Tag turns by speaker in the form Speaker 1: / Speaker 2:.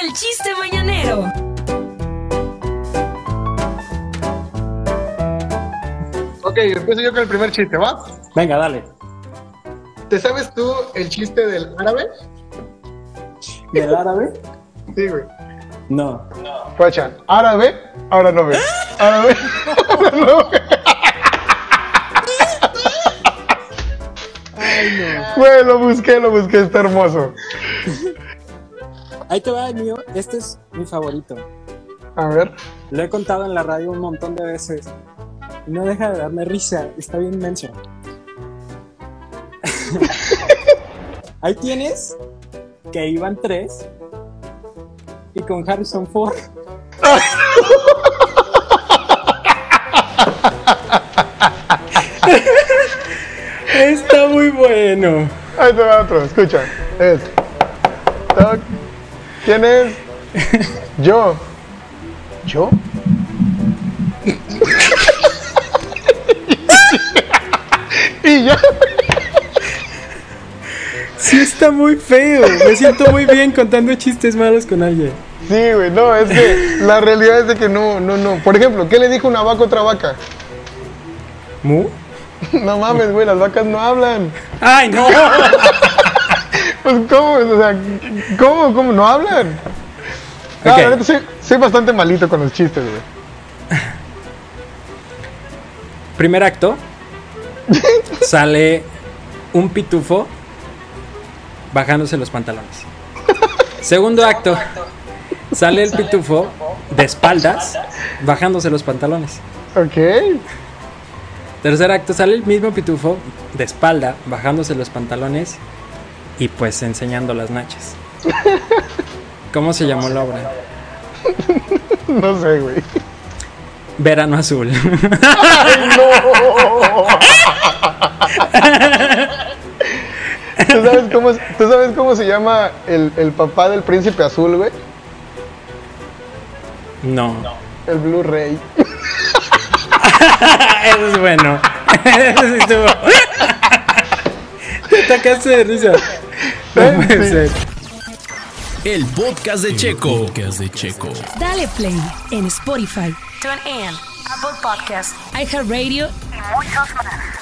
Speaker 1: el chiste mañanero.
Speaker 2: Ok, empiezo yo con el primer chiste, ¿va?
Speaker 3: Venga, dale.
Speaker 2: ¿Te sabes tú el chiste del árabe?
Speaker 3: ¿Del árabe?
Speaker 2: Sí, güey.
Speaker 3: No.
Speaker 2: Guacha, árabe, ahora no ve. Árabe, ahora no ve. Güey, lo busqué, lo busqué, está hermoso.
Speaker 3: Ahí te va el mío. Este es mi favorito.
Speaker 2: A ver.
Speaker 3: Lo he contado en la radio un montón de veces. No deja de darme risa. Está bien menso. Ahí tienes que iban tres y con Harrison Ford. Está muy bueno.
Speaker 2: Ahí te va otro, escucha. Es. Toc. ¿Quién es? Yo. ¿Yo? y ya.
Speaker 3: Sí está muy feo. Me siento muy bien contando chistes malos con alguien.
Speaker 2: Sí, güey, no, es que la realidad es de que no, no, no. Por ejemplo, ¿qué le dijo una vaca a otra vaca?
Speaker 3: ¿Mu?
Speaker 2: No mames, güey, las vacas no hablan.
Speaker 3: ¡Ay, no!
Speaker 2: Pues, ¿cómo? O sea, ¿cómo? ¿Cómo? ¿No hablan? No,
Speaker 3: Ok.
Speaker 2: la neta, soy, soy bastante malito con los chistes, güey.
Speaker 3: Primer acto. Sale un pitufo bajándose los pantalones. Segundo acto. Sale el pitufo de espaldas bajándose los pantalones.
Speaker 2: Ok.
Speaker 3: Tercer acto sale el mismo pitufo de espalda, bajándose los pantalones y pues enseñando las nachas. ¿Cómo se llamó la obra?
Speaker 2: No sé, güey.
Speaker 3: Verano Azul.
Speaker 2: ¿Tú sabes cómo, es- ¿tú sabes cómo se llama el, el papá del príncipe azul, güey?
Speaker 3: No.
Speaker 2: El Blu-ray.
Speaker 3: Ah, Eso es bueno. Eso sí estuvo. Te atacaste de risa. No puede
Speaker 2: Sí.
Speaker 3: ser.
Speaker 4: El podcast de Checo. podcast de Checo.
Speaker 1: Dale play en Spotify, TuneIn, Apple Podcast, iHeartRadio y muchos más.